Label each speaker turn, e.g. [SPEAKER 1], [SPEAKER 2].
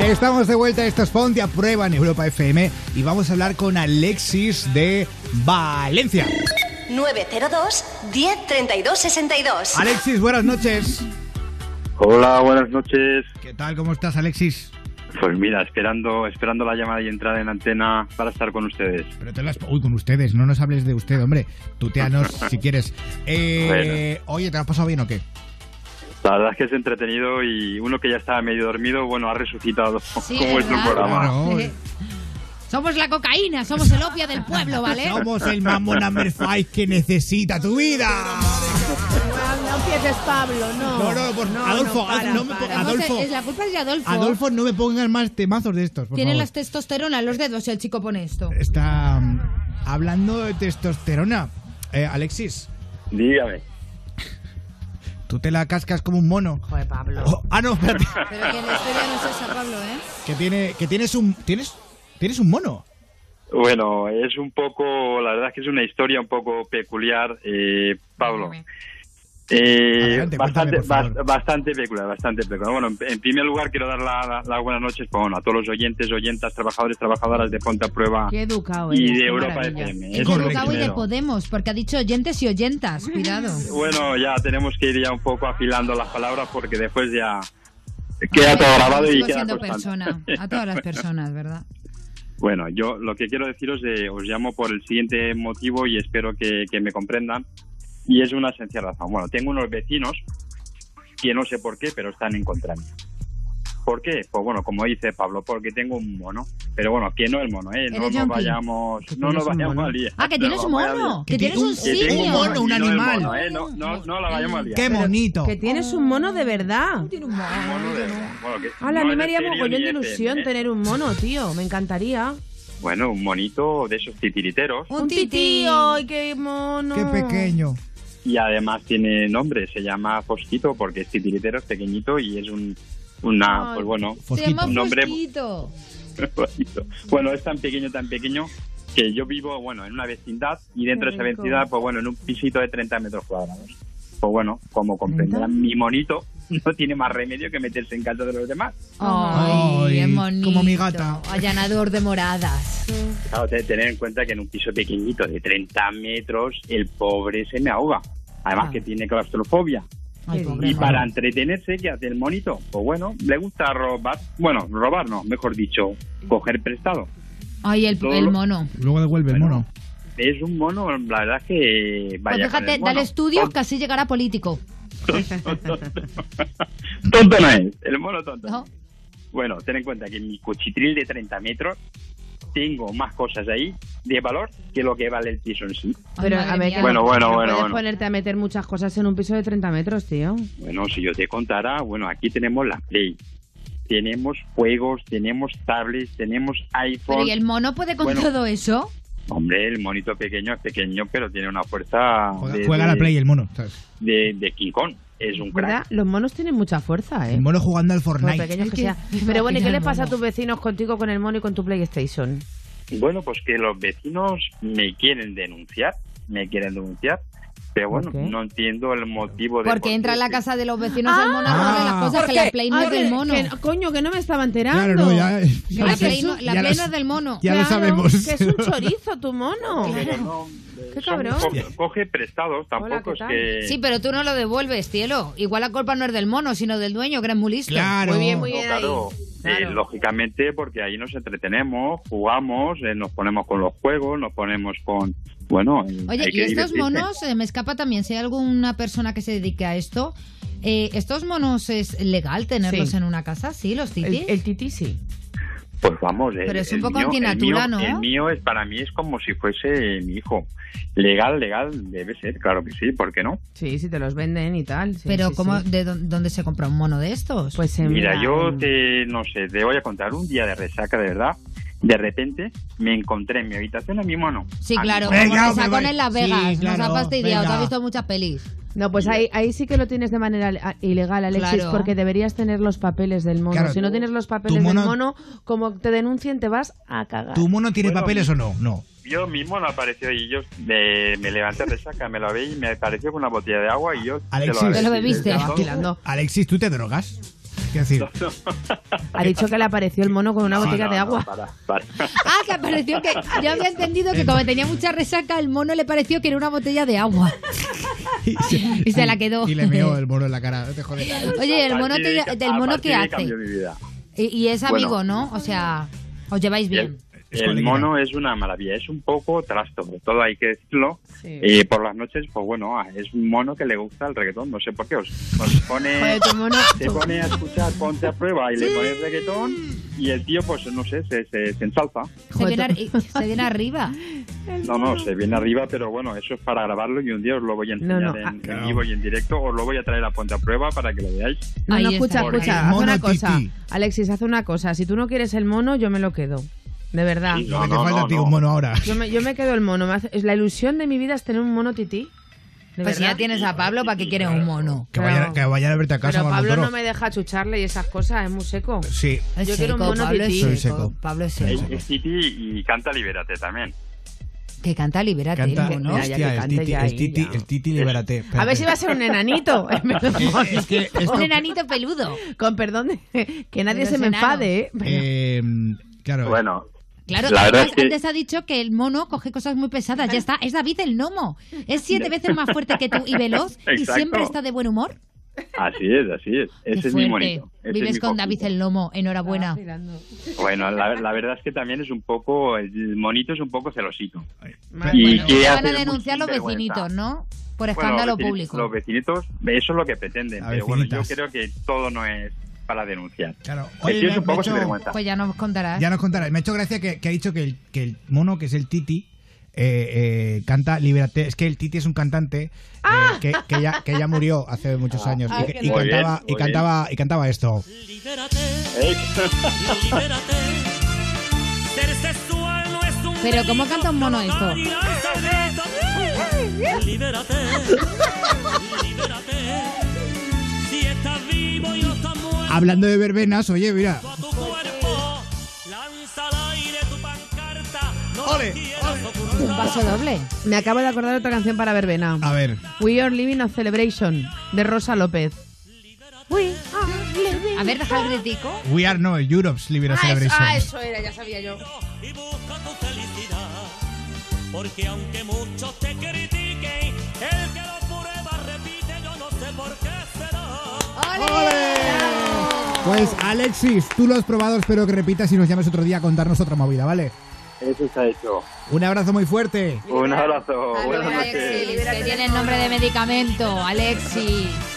[SPEAKER 1] Estamos de vuelta, esto es Ponte a Prueba en Europa FM y vamos a hablar con Alexis de Valencia.
[SPEAKER 2] 902 10 32 62.
[SPEAKER 1] Alexis, buenas noches.
[SPEAKER 3] Hola, buenas noches.
[SPEAKER 1] ¿Qué tal? ¿Cómo estás, Alexis?
[SPEAKER 3] Pues mira, esperando, esperando la llamada y entrar en la antena para estar con ustedes.
[SPEAKER 1] Pero te lo has... Uy, con ustedes, no nos hables de usted, hombre. Tuteanos si quieres. Eh, Oye, ¿te lo has pasado bien o qué?
[SPEAKER 3] La verdad es que es entretenido y uno que ya estaba medio dormido, bueno, ha resucitado
[SPEAKER 4] Sí,
[SPEAKER 3] como es tu
[SPEAKER 4] ¿verdad?
[SPEAKER 3] programa.
[SPEAKER 1] Claro.
[SPEAKER 4] Somos la cocaína, somos el opio del pueblo, ¿vale?
[SPEAKER 1] Somos el mamón number five que necesita tu vida.
[SPEAKER 5] No empieces, Pablo, no.
[SPEAKER 1] No, no, por- Adolfo,
[SPEAKER 5] para,
[SPEAKER 1] no me
[SPEAKER 5] para.
[SPEAKER 1] pongas-
[SPEAKER 4] Además,
[SPEAKER 1] Adolfo.
[SPEAKER 4] es- la culpa es de Adolfo.
[SPEAKER 1] Adolfo, no me pongan más temazos de estos, por
[SPEAKER 4] Tiene
[SPEAKER 1] favor. Eh.
[SPEAKER 4] las testosterona en los dedos el chico pone esto.
[SPEAKER 1] Está mm, hablando de testosterona. Eh, Alexis,
[SPEAKER 3] Dígame.
[SPEAKER 1] tú te la cascas como un mono.
[SPEAKER 5] Joder, Pablo.
[SPEAKER 1] Oh, ah, no, espérate.
[SPEAKER 4] Pero que la historia no es esa, Pablo, ¿eh?
[SPEAKER 1] que tiene que tienes un tienes tienes un mono
[SPEAKER 3] Bueno, es un poco, la verdad es que es una historia un poco peculiar, eh, Pablo. Eh,
[SPEAKER 1] Adelante, cuéntame,
[SPEAKER 3] bastante,
[SPEAKER 1] por favor.
[SPEAKER 3] bas- bastante peculiar, bastante peculiar. Bueno, en, en primer lugar quiero dar las la, las buenas noches pues, bueno, a todos los oyentes, oyentas, trabajadores, trabajadoras de Ponta Prueba
[SPEAKER 5] Qué educado,
[SPEAKER 3] y
[SPEAKER 5] eres,
[SPEAKER 3] de
[SPEAKER 5] qué
[SPEAKER 3] Europa
[SPEAKER 5] maravilla.
[SPEAKER 3] FM.
[SPEAKER 4] Es
[SPEAKER 3] Eso
[SPEAKER 1] Correcto.
[SPEAKER 4] de Gabo y de
[SPEAKER 3] primero.
[SPEAKER 4] Podemos, porque ha dicho oyentes y oyentas. Cuidado.
[SPEAKER 3] Bueno, ya tenemos que ir ya un poco afilando las palabras porque después ya queda todo grabado y
[SPEAKER 4] Sigo
[SPEAKER 3] queda
[SPEAKER 4] siendo
[SPEAKER 3] constante.
[SPEAKER 4] persona. A todas las personas, ¿verdad?
[SPEAKER 3] Bueno, yo lo que quiero deciros, eh, os llamo por el siguiente motivo y espero que, que me comprendan. Y es una sencilla razón. Bueno, tengo unos vecinos que no sé por qué, pero están en contra mía. ¿Por qué? Pues bueno, como dice Pablo, porque tengo un mono. Pero bueno, que no el mono, ¿eh? No
[SPEAKER 4] Eres
[SPEAKER 3] nos
[SPEAKER 4] yonki.
[SPEAKER 3] vayamos, no nos
[SPEAKER 5] tienes un
[SPEAKER 3] vayamos
[SPEAKER 5] mono.
[SPEAKER 3] a liar.
[SPEAKER 4] Ah, que
[SPEAKER 3] No
[SPEAKER 4] tienes un
[SPEAKER 3] nos vayamos a
[SPEAKER 4] mono.
[SPEAKER 3] liar.
[SPEAKER 4] Que
[SPEAKER 1] Que
[SPEAKER 4] tienes
[SPEAKER 1] tiene
[SPEAKER 4] un
[SPEAKER 1] un-
[SPEAKER 3] Que tengo
[SPEAKER 4] simio.
[SPEAKER 1] un mono, un
[SPEAKER 3] y no el
[SPEAKER 1] animal.
[SPEAKER 3] mono, ¿eh? No, no, no la vayamos a liar.
[SPEAKER 1] qué monito
[SPEAKER 5] Que tienes un mono de verdad.
[SPEAKER 3] Un mono de verdad. Bueno, que
[SPEAKER 5] Hala, a
[SPEAKER 3] no
[SPEAKER 5] mí
[SPEAKER 3] es
[SPEAKER 5] me haría
[SPEAKER 3] estéreo
[SPEAKER 5] mogollón
[SPEAKER 3] ni
[SPEAKER 5] de
[SPEAKER 3] FM,
[SPEAKER 5] ilusión
[SPEAKER 3] ¿eh?
[SPEAKER 5] tener un mono, tío. Me encantaría.
[SPEAKER 3] Bueno, un monito de esos titiriteros.
[SPEAKER 4] Un tití.
[SPEAKER 5] ¡Ay, qué mono!
[SPEAKER 1] qué pequeño
[SPEAKER 3] Y además tiene nombre, se llama Fosquito porque es titiritero, es pequeñito y es un, una,
[SPEAKER 5] Ay.
[SPEAKER 3] pues bueno,
[SPEAKER 4] Se llama
[SPEAKER 3] Un hombre-
[SPEAKER 4] Fosquito.
[SPEAKER 3] Fosquito. bueno, es tan pequeño, tan pequeño que yo vivo, bueno, en una vecindad y dentro de esa
[SPEAKER 5] rico.
[SPEAKER 3] vecindad, pues bueno, en un pisito de 30 metros cuadrados. Pues bueno, como comprenderán, mi monito no tiene más remedio que meterse en casa de los demás.
[SPEAKER 4] Ay,
[SPEAKER 1] Ay,
[SPEAKER 4] qué bonito.
[SPEAKER 1] como mi gata.
[SPEAKER 4] Allanador de moradas.
[SPEAKER 3] Claro, te- tener en cuenta que en un piso pequeñito de 30 metros el pobre se me ahoga. Además
[SPEAKER 4] Ah.
[SPEAKER 3] que tiene claustrofobia.
[SPEAKER 5] Ay, pobre
[SPEAKER 3] Y
[SPEAKER 5] mono.
[SPEAKER 3] para entretenerse, ¿qué hace el monito? Pues bueno, le gusta robar, bueno, robar no, mejor dicho, coger prestado.
[SPEAKER 4] Ay, el,
[SPEAKER 3] Todo
[SPEAKER 4] el
[SPEAKER 3] lo-
[SPEAKER 4] mono.
[SPEAKER 1] luego devuelve el
[SPEAKER 3] Bueno,
[SPEAKER 1] mono
[SPEAKER 3] Es un mono, la verdad es que...
[SPEAKER 4] Pues
[SPEAKER 3] Vaya,
[SPEAKER 4] fíjate,
[SPEAKER 3] con el mono.
[SPEAKER 4] dale estudios que así llegará político.
[SPEAKER 3] Tonto no es, el mono tonto.
[SPEAKER 4] ¿no?
[SPEAKER 3] Bueno, ten en cuenta que en mi cuchitril de 30 metros tengo más cosas ahí de valor que lo que vale el piso en sí.
[SPEAKER 4] Ay,
[SPEAKER 5] Pero,
[SPEAKER 4] madre
[SPEAKER 5] a ver,
[SPEAKER 4] mía.
[SPEAKER 5] que
[SPEAKER 3] Bueno,
[SPEAKER 5] no-
[SPEAKER 3] bueno,
[SPEAKER 5] no
[SPEAKER 3] bueno,
[SPEAKER 5] puedes
[SPEAKER 3] bueno.
[SPEAKER 5] ponerte a meter muchas cosas en un piso de 30 metros, tío.
[SPEAKER 3] Bueno, si yo te contara, bueno, aquí tenemos la Play, tenemos juegos, tenemos tablets, tenemos iPhone.
[SPEAKER 4] Pero ¿y el mono puede con
[SPEAKER 3] Bueno.
[SPEAKER 4] todo eso?
[SPEAKER 3] Hombre, el monito pequeño es pequeño, pero tiene una fuerza
[SPEAKER 1] juega,
[SPEAKER 3] de,
[SPEAKER 1] juega a
[SPEAKER 3] de-
[SPEAKER 1] la play el mono ¿sabes?
[SPEAKER 3] de, de King Kong. Es un
[SPEAKER 5] ¿Verdad?
[SPEAKER 3] crack.
[SPEAKER 5] Los monos tienen mucha fuerza, ¿eh?
[SPEAKER 1] el mono jugando al
[SPEAKER 5] Por
[SPEAKER 1] Fortnite
[SPEAKER 5] pequeños que
[SPEAKER 4] Ay,
[SPEAKER 5] sea.
[SPEAKER 4] qué-
[SPEAKER 5] Pero bueno, ¿y qué
[SPEAKER 4] qué
[SPEAKER 5] les pasa a
[SPEAKER 4] mono.
[SPEAKER 5] tus vecinos contigo con el mono y con tu PlayStation?
[SPEAKER 3] Bueno, pues que los vecinos me quieren denunciar, me quieren denunciar, pero bueno,
[SPEAKER 5] ¿Por qué?
[SPEAKER 3] no entiendo el motivo de... por
[SPEAKER 4] Porque
[SPEAKER 3] qué
[SPEAKER 4] entra a la
[SPEAKER 3] se-
[SPEAKER 4] casa de los vecinos el mono a
[SPEAKER 1] Ah.
[SPEAKER 4] robarle las cosas que la Play no es del mono.
[SPEAKER 5] Que- coño, que no me estaba
[SPEAKER 1] claro
[SPEAKER 5] enterando.
[SPEAKER 1] no ya,
[SPEAKER 4] Que
[SPEAKER 1] ya
[SPEAKER 4] La
[SPEAKER 1] lo sé.
[SPEAKER 4] Play no la
[SPEAKER 1] Ya
[SPEAKER 4] Play
[SPEAKER 1] lo
[SPEAKER 4] no es
[SPEAKER 1] sé.
[SPEAKER 4] del mono.
[SPEAKER 1] Ya lo
[SPEAKER 5] Claro,
[SPEAKER 1] sabemos.
[SPEAKER 5] Que es un chorizo tu mono.
[SPEAKER 3] Pero no, eh,
[SPEAKER 5] Qué
[SPEAKER 3] son
[SPEAKER 5] cabrón.
[SPEAKER 3] co- coge prestados,
[SPEAKER 5] Hola, ¿qué
[SPEAKER 3] tampoco es
[SPEAKER 5] tal?
[SPEAKER 3] que...
[SPEAKER 4] Sí, pero tú no lo devuelves, cielo. Igual la culpa no es del mono, sino del dueño, que eres muy listo.
[SPEAKER 1] claro
[SPEAKER 5] Muy bien, muy
[SPEAKER 3] No,
[SPEAKER 5] bien
[SPEAKER 3] claro,
[SPEAKER 5] ahí.
[SPEAKER 3] eh,
[SPEAKER 5] Claro.
[SPEAKER 3] lógicamente porque ahí nos entretenemos, jugamos, eh, nos ponemos con los juegos, nos ponemos con... Bueno, eh,
[SPEAKER 4] Oye,
[SPEAKER 3] hay
[SPEAKER 4] y
[SPEAKER 3] que
[SPEAKER 4] estos
[SPEAKER 3] divertirse.
[SPEAKER 4] monos, eh, me escapa también, si hay alguna persona que se dedique a esto, eh, ¿estos monos es legal tenerlos
[SPEAKER 5] Sí.
[SPEAKER 4] en una casa? Sí, los titis.
[SPEAKER 5] El, el tití sí.
[SPEAKER 3] Pues vamos, el-
[SPEAKER 4] Pero es un
[SPEAKER 3] el
[SPEAKER 4] poco
[SPEAKER 3] mío- el
[SPEAKER 4] antinatura,
[SPEAKER 3] mío-
[SPEAKER 4] ¿no?
[SPEAKER 3] El mío es para mí es como si fuese mi hijo. Legal, legal debe ser, claro que sí, ¿por qué no?
[SPEAKER 5] Sí, sí, te los venden y tal. sí,
[SPEAKER 4] pero
[SPEAKER 5] sí,
[SPEAKER 4] ¿cómo,
[SPEAKER 5] sí.
[SPEAKER 4] ¿de dó- dónde se compra un mono de estos?
[SPEAKER 5] Pues en-
[SPEAKER 3] Mira, yo
[SPEAKER 5] en-
[SPEAKER 3] te, no sé, te voy a contar un día de resaca, de verdad. De repente me encontré en mi habitación a mi mono.
[SPEAKER 4] sí,
[SPEAKER 3] A mi
[SPEAKER 4] claro,
[SPEAKER 3] mono.
[SPEAKER 1] ah, Venga,
[SPEAKER 4] como nos
[SPEAKER 1] hombre,
[SPEAKER 4] sacó
[SPEAKER 1] vaya.
[SPEAKER 4] en Las Vegas,
[SPEAKER 1] Sí,
[SPEAKER 4] nos
[SPEAKER 1] claro,
[SPEAKER 4] ha fastidiado,
[SPEAKER 1] venga.
[SPEAKER 4] te ha visto muchas pelis.
[SPEAKER 5] No, pues ahí, ahí sí que lo tienes de manera ah, ilegal, Alexis,
[SPEAKER 4] Claro.
[SPEAKER 5] porque deberías tener los papeles del mono.
[SPEAKER 1] Claro,
[SPEAKER 5] si no tienes los papeles
[SPEAKER 1] mono-
[SPEAKER 5] del mono, como te denuncien, te vas a cagar.
[SPEAKER 1] tu mono tiene
[SPEAKER 3] Bueno,
[SPEAKER 1] papeles o no no
[SPEAKER 3] Mi yo mismo no apareció y yo de- me levanté de saca, me la vi y me apareció con una botella de agua y yo... se
[SPEAKER 1] Alexis.
[SPEAKER 3] agradecí
[SPEAKER 1] Te lo
[SPEAKER 4] bebiste.
[SPEAKER 3] desde abajo.
[SPEAKER 5] Vacilando.
[SPEAKER 1] Alexis, ¿tú te drogas? Quiero decir,
[SPEAKER 5] Ha dicho que le apareció el mono con una
[SPEAKER 3] No,
[SPEAKER 5] botella
[SPEAKER 3] no,
[SPEAKER 5] de
[SPEAKER 3] no,
[SPEAKER 5] agua.
[SPEAKER 3] para, para.
[SPEAKER 4] Ah, que pareció que. Yo había entendido que como tenía mucha resaca, el mono le pareció que era una botella de agua.
[SPEAKER 1] y se,
[SPEAKER 4] Y se la quedó.
[SPEAKER 1] Y le meó el mono en la cara. No te jodes.
[SPEAKER 4] Oye, el
[SPEAKER 3] A
[SPEAKER 4] mono,
[SPEAKER 3] partir
[SPEAKER 4] te-
[SPEAKER 3] de-
[SPEAKER 4] del
[SPEAKER 3] a
[SPEAKER 4] mono
[SPEAKER 3] partir
[SPEAKER 4] ¿qué
[SPEAKER 3] de
[SPEAKER 4] hace?
[SPEAKER 3] cambió mi vida.
[SPEAKER 4] Y, y es amigo,
[SPEAKER 3] Bueno.
[SPEAKER 4] ¿no? O sea, os lleváis bien.
[SPEAKER 1] Es
[SPEAKER 3] El,
[SPEAKER 1] coleguita.
[SPEAKER 3] mono es una maravilla, es un poco trasto, de todo hay que decirlo.
[SPEAKER 5] Sí.
[SPEAKER 3] Y por las noches, pues bueno, ah, es un mono que le gusta el reggaetón, no sé por qué. Os, os pone,
[SPEAKER 5] Joder, tu mono.
[SPEAKER 3] se pone a escuchar, ponte a prueba y le pone reggaetón y el tío, pues no sé, se, se, se ensalza.
[SPEAKER 4] Se viene,
[SPEAKER 5] Joder,
[SPEAKER 4] ar- se viene arriba.
[SPEAKER 3] No, no, se viene arriba, pero bueno, eso es para grabarlo y un día os lo voy a
[SPEAKER 5] No,
[SPEAKER 3] enseñar
[SPEAKER 5] no,
[SPEAKER 3] en,
[SPEAKER 5] ah,
[SPEAKER 3] en
[SPEAKER 1] claro.
[SPEAKER 3] vivo y en directo, os lo voy a traer a ponte a prueba para que lo veáis.
[SPEAKER 5] No,
[SPEAKER 4] Ahí
[SPEAKER 5] no,
[SPEAKER 4] está.
[SPEAKER 5] escucha,
[SPEAKER 3] Porque
[SPEAKER 5] escucha.
[SPEAKER 1] el
[SPEAKER 5] Haz una
[SPEAKER 1] mono
[SPEAKER 5] cosa.
[SPEAKER 1] tití.
[SPEAKER 5] Alexis, haz una cosa. Si tú no quieres el mono, yo me lo quedo. De verdad.
[SPEAKER 3] Sí,
[SPEAKER 1] Lo que te
[SPEAKER 3] No, no,
[SPEAKER 1] falta a
[SPEAKER 3] no,
[SPEAKER 1] ti,
[SPEAKER 3] no.
[SPEAKER 1] un mono ahora.
[SPEAKER 5] Yo me, yo me quedo el mono. Me hace- es la ilusión de mi vida es tener un mono tití. De
[SPEAKER 4] Pues si
[SPEAKER 5] verdad.
[SPEAKER 4] ya tienes a Pablo, ¿para qué quieres un mono?
[SPEAKER 1] Que,
[SPEAKER 5] Pero-
[SPEAKER 1] vayan, que vayan a verte a casa,
[SPEAKER 5] Pero Pablo
[SPEAKER 1] Marmotoro.
[SPEAKER 5] no me deja chucharle y esas cosas, es muy seco.
[SPEAKER 1] Sí.
[SPEAKER 4] Es
[SPEAKER 5] Yo quiero un
[SPEAKER 4] seco,
[SPEAKER 5] mono
[SPEAKER 4] Pablo
[SPEAKER 5] tití.
[SPEAKER 1] Soy
[SPEAKER 4] es seco.
[SPEAKER 1] seco.
[SPEAKER 4] Pablo es
[SPEAKER 3] Es,
[SPEAKER 4] seco.
[SPEAKER 3] es Titi y canta Libérate también.
[SPEAKER 4] Que canta Libérate,
[SPEAKER 1] Canta,
[SPEAKER 4] el mono.
[SPEAKER 5] Mira,
[SPEAKER 1] hostia,
[SPEAKER 5] ya que
[SPEAKER 1] el
[SPEAKER 5] cante
[SPEAKER 1] titi,
[SPEAKER 5] ya
[SPEAKER 1] el
[SPEAKER 5] ahí,
[SPEAKER 1] titi,
[SPEAKER 5] ya.
[SPEAKER 1] el titi, libérate.
[SPEAKER 5] A
[SPEAKER 1] Espérate.
[SPEAKER 5] ver si va a ser un enanito. en vez de un mono.
[SPEAKER 1] Es que esto-
[SPEAKER 4] Un enanito peludo.
[SPEAKER 5] Con perdón, de- que nadie
[SPEAKER 4] Pero
[SPEAKER 5] se me
[SPEAKER 4] es enano.
[SPEAKER 5] enfade. ¿eh? Pero-
[SPEAKER 1] Eh, claro.
[SPEAKER 3] Bueno,
[SPEAKER 4] Claro,
[SPEAKER 3] La verdad
[SPEAKER 4] además,
[SPEAKER 3] es que-
[SPEAKER 4] antes ha dicho que el mono coge cosas muy pesadas. Ya está, es David el gnomo. Es siete veces más fuerte que tú y veloz y
[SPEAKER 3] Exacto.
[SPEAKER 4] siempre está de buen humor.
[SPEAKER 3] así es, así es.
[SPEAKER 4] Qué
[SPEAKER 3] Ese es
[SPEAKER 4] fuerte.
[SPEAKER 3] mi monito. ese
[SPEAKER 4] Vives
[SPEAKER 3] es mi
[SPEAKER 4] con David
[SPEAKER 3] foquito.
[SPEAKER 4] el gnomo.
[SPEAKER 5] Ah,
[SPEAKER 4] Enhorabuena.
[SPEAKER 3] Bueno, la, la verdad es que también es un poco, el monito es un poco celosito.
[SPEAKER 4] Ah,
[SPEAKER 5] Madre
[SPEAKER 3] Y
[SPEAKER 5] mía.
[SPEAKER 3] que
[SPEAKER 4] Te van
[SPEAKER 3] hace muy
[SPEAKER 4] a denunciar los
[SPEAKER 3] sinvergüenza.
[SPEAKER 4] vecinitos, ¿no? Por
[SPEAKER 3] Bueno,
[SPEAKER 4] escándalo
[SPEAKER 3] los vecini-
[SPEAKER 4] público.
[SPEAKER 3] Los vecinitos, eso es lo que pretenden,
[SPEAKER 1] A
[SPEAKER 3] pero bueno, yo
[SPEAKER 1] vecinitas.
[SPEAKER 3] creo que todo no es para denunciar.
[SPEAKER 1] Claro.
[SPEAKER 3] El tío es
[SPEAKER 1] me-
[SPEAKER 3] un
[SPEAKER 1] me
[SPEAKER 3] poco
[SPEAKER 1] ha hecho-
[SPEAKER 3] sinvergüenza.
[SPEAKER 4] Pues ya nos contarás.
[SPEAKER 1] ya nos contarás. Me ha hecho gracia que, que ha dicho que el, que el mono, que es el Titi, eh, eh, canta Libérate. Es que el Titi es un cantante eh,
[SPEAKER 5] ¡Ah!
[SPEAKER 1] que, que ya, que ya murió hace muchos años y, que- y
[SPEAKER 3] Muy bien,
[SPEAKER 1] cantaba, y,
[SPEAKER 3] muy
[SPEAKER 1] cantaba, y cantaba esto.
[SPEAKER 3] ¿Eh?
[SPEAKER 6] Libérate. Ser sexual no es un
[SPEAKER 4] Pero ¿cómo canta un mono esto?
[SPEAKER 6] Libérate. Libérate. Si estás vivo y no estás muerto,
[SPEAKER 1] Hablando de verbenas, oye, mira.
[SPEAKER 6] a tu cuerpo. Lanza al aire tu pancarta. No
[SPEAKER 1] Ole,
[SPEAKER 6] quieras
[SPEAKER 4] Un
[SPEAKER 6] ocultar.
[SPEAKER 4] paso doble.
[SPEAKER 5] Me acabo de acordar de otra canción para verbena.
[SPEAKER 1] A ver.
[SPEAKER 5] We are living a celebration de Rosa López.
[SPEAKER 4] A ver, deja el gritico.
[SPEAKER 1] We are no Europe's Libera
[SPEAKER 5] Ah,
[SPEAKER 1] Celebration.
[SPEAKER 5] era, ya sabía yo.
[SPEAKER 6] y busca tu felicidad. Porque aunque muchos te critiquen, el que lo prueba repite, yo no sé por qué será.
[SPEAKER 1] Pues Alexis, tú lo has probado, espero que repitas y nos llames otro día a contarnos otra movida, ¿vale?
[SPEAKER 3] Eso está hecho.
[SPEAKER 1] Un abrazo muy fuerte.
[SPEAKER 3] Un abrazo. Buenas noches.
[SPEAKER 4] Alexis, que tiene nombre de medicamento. Alexis.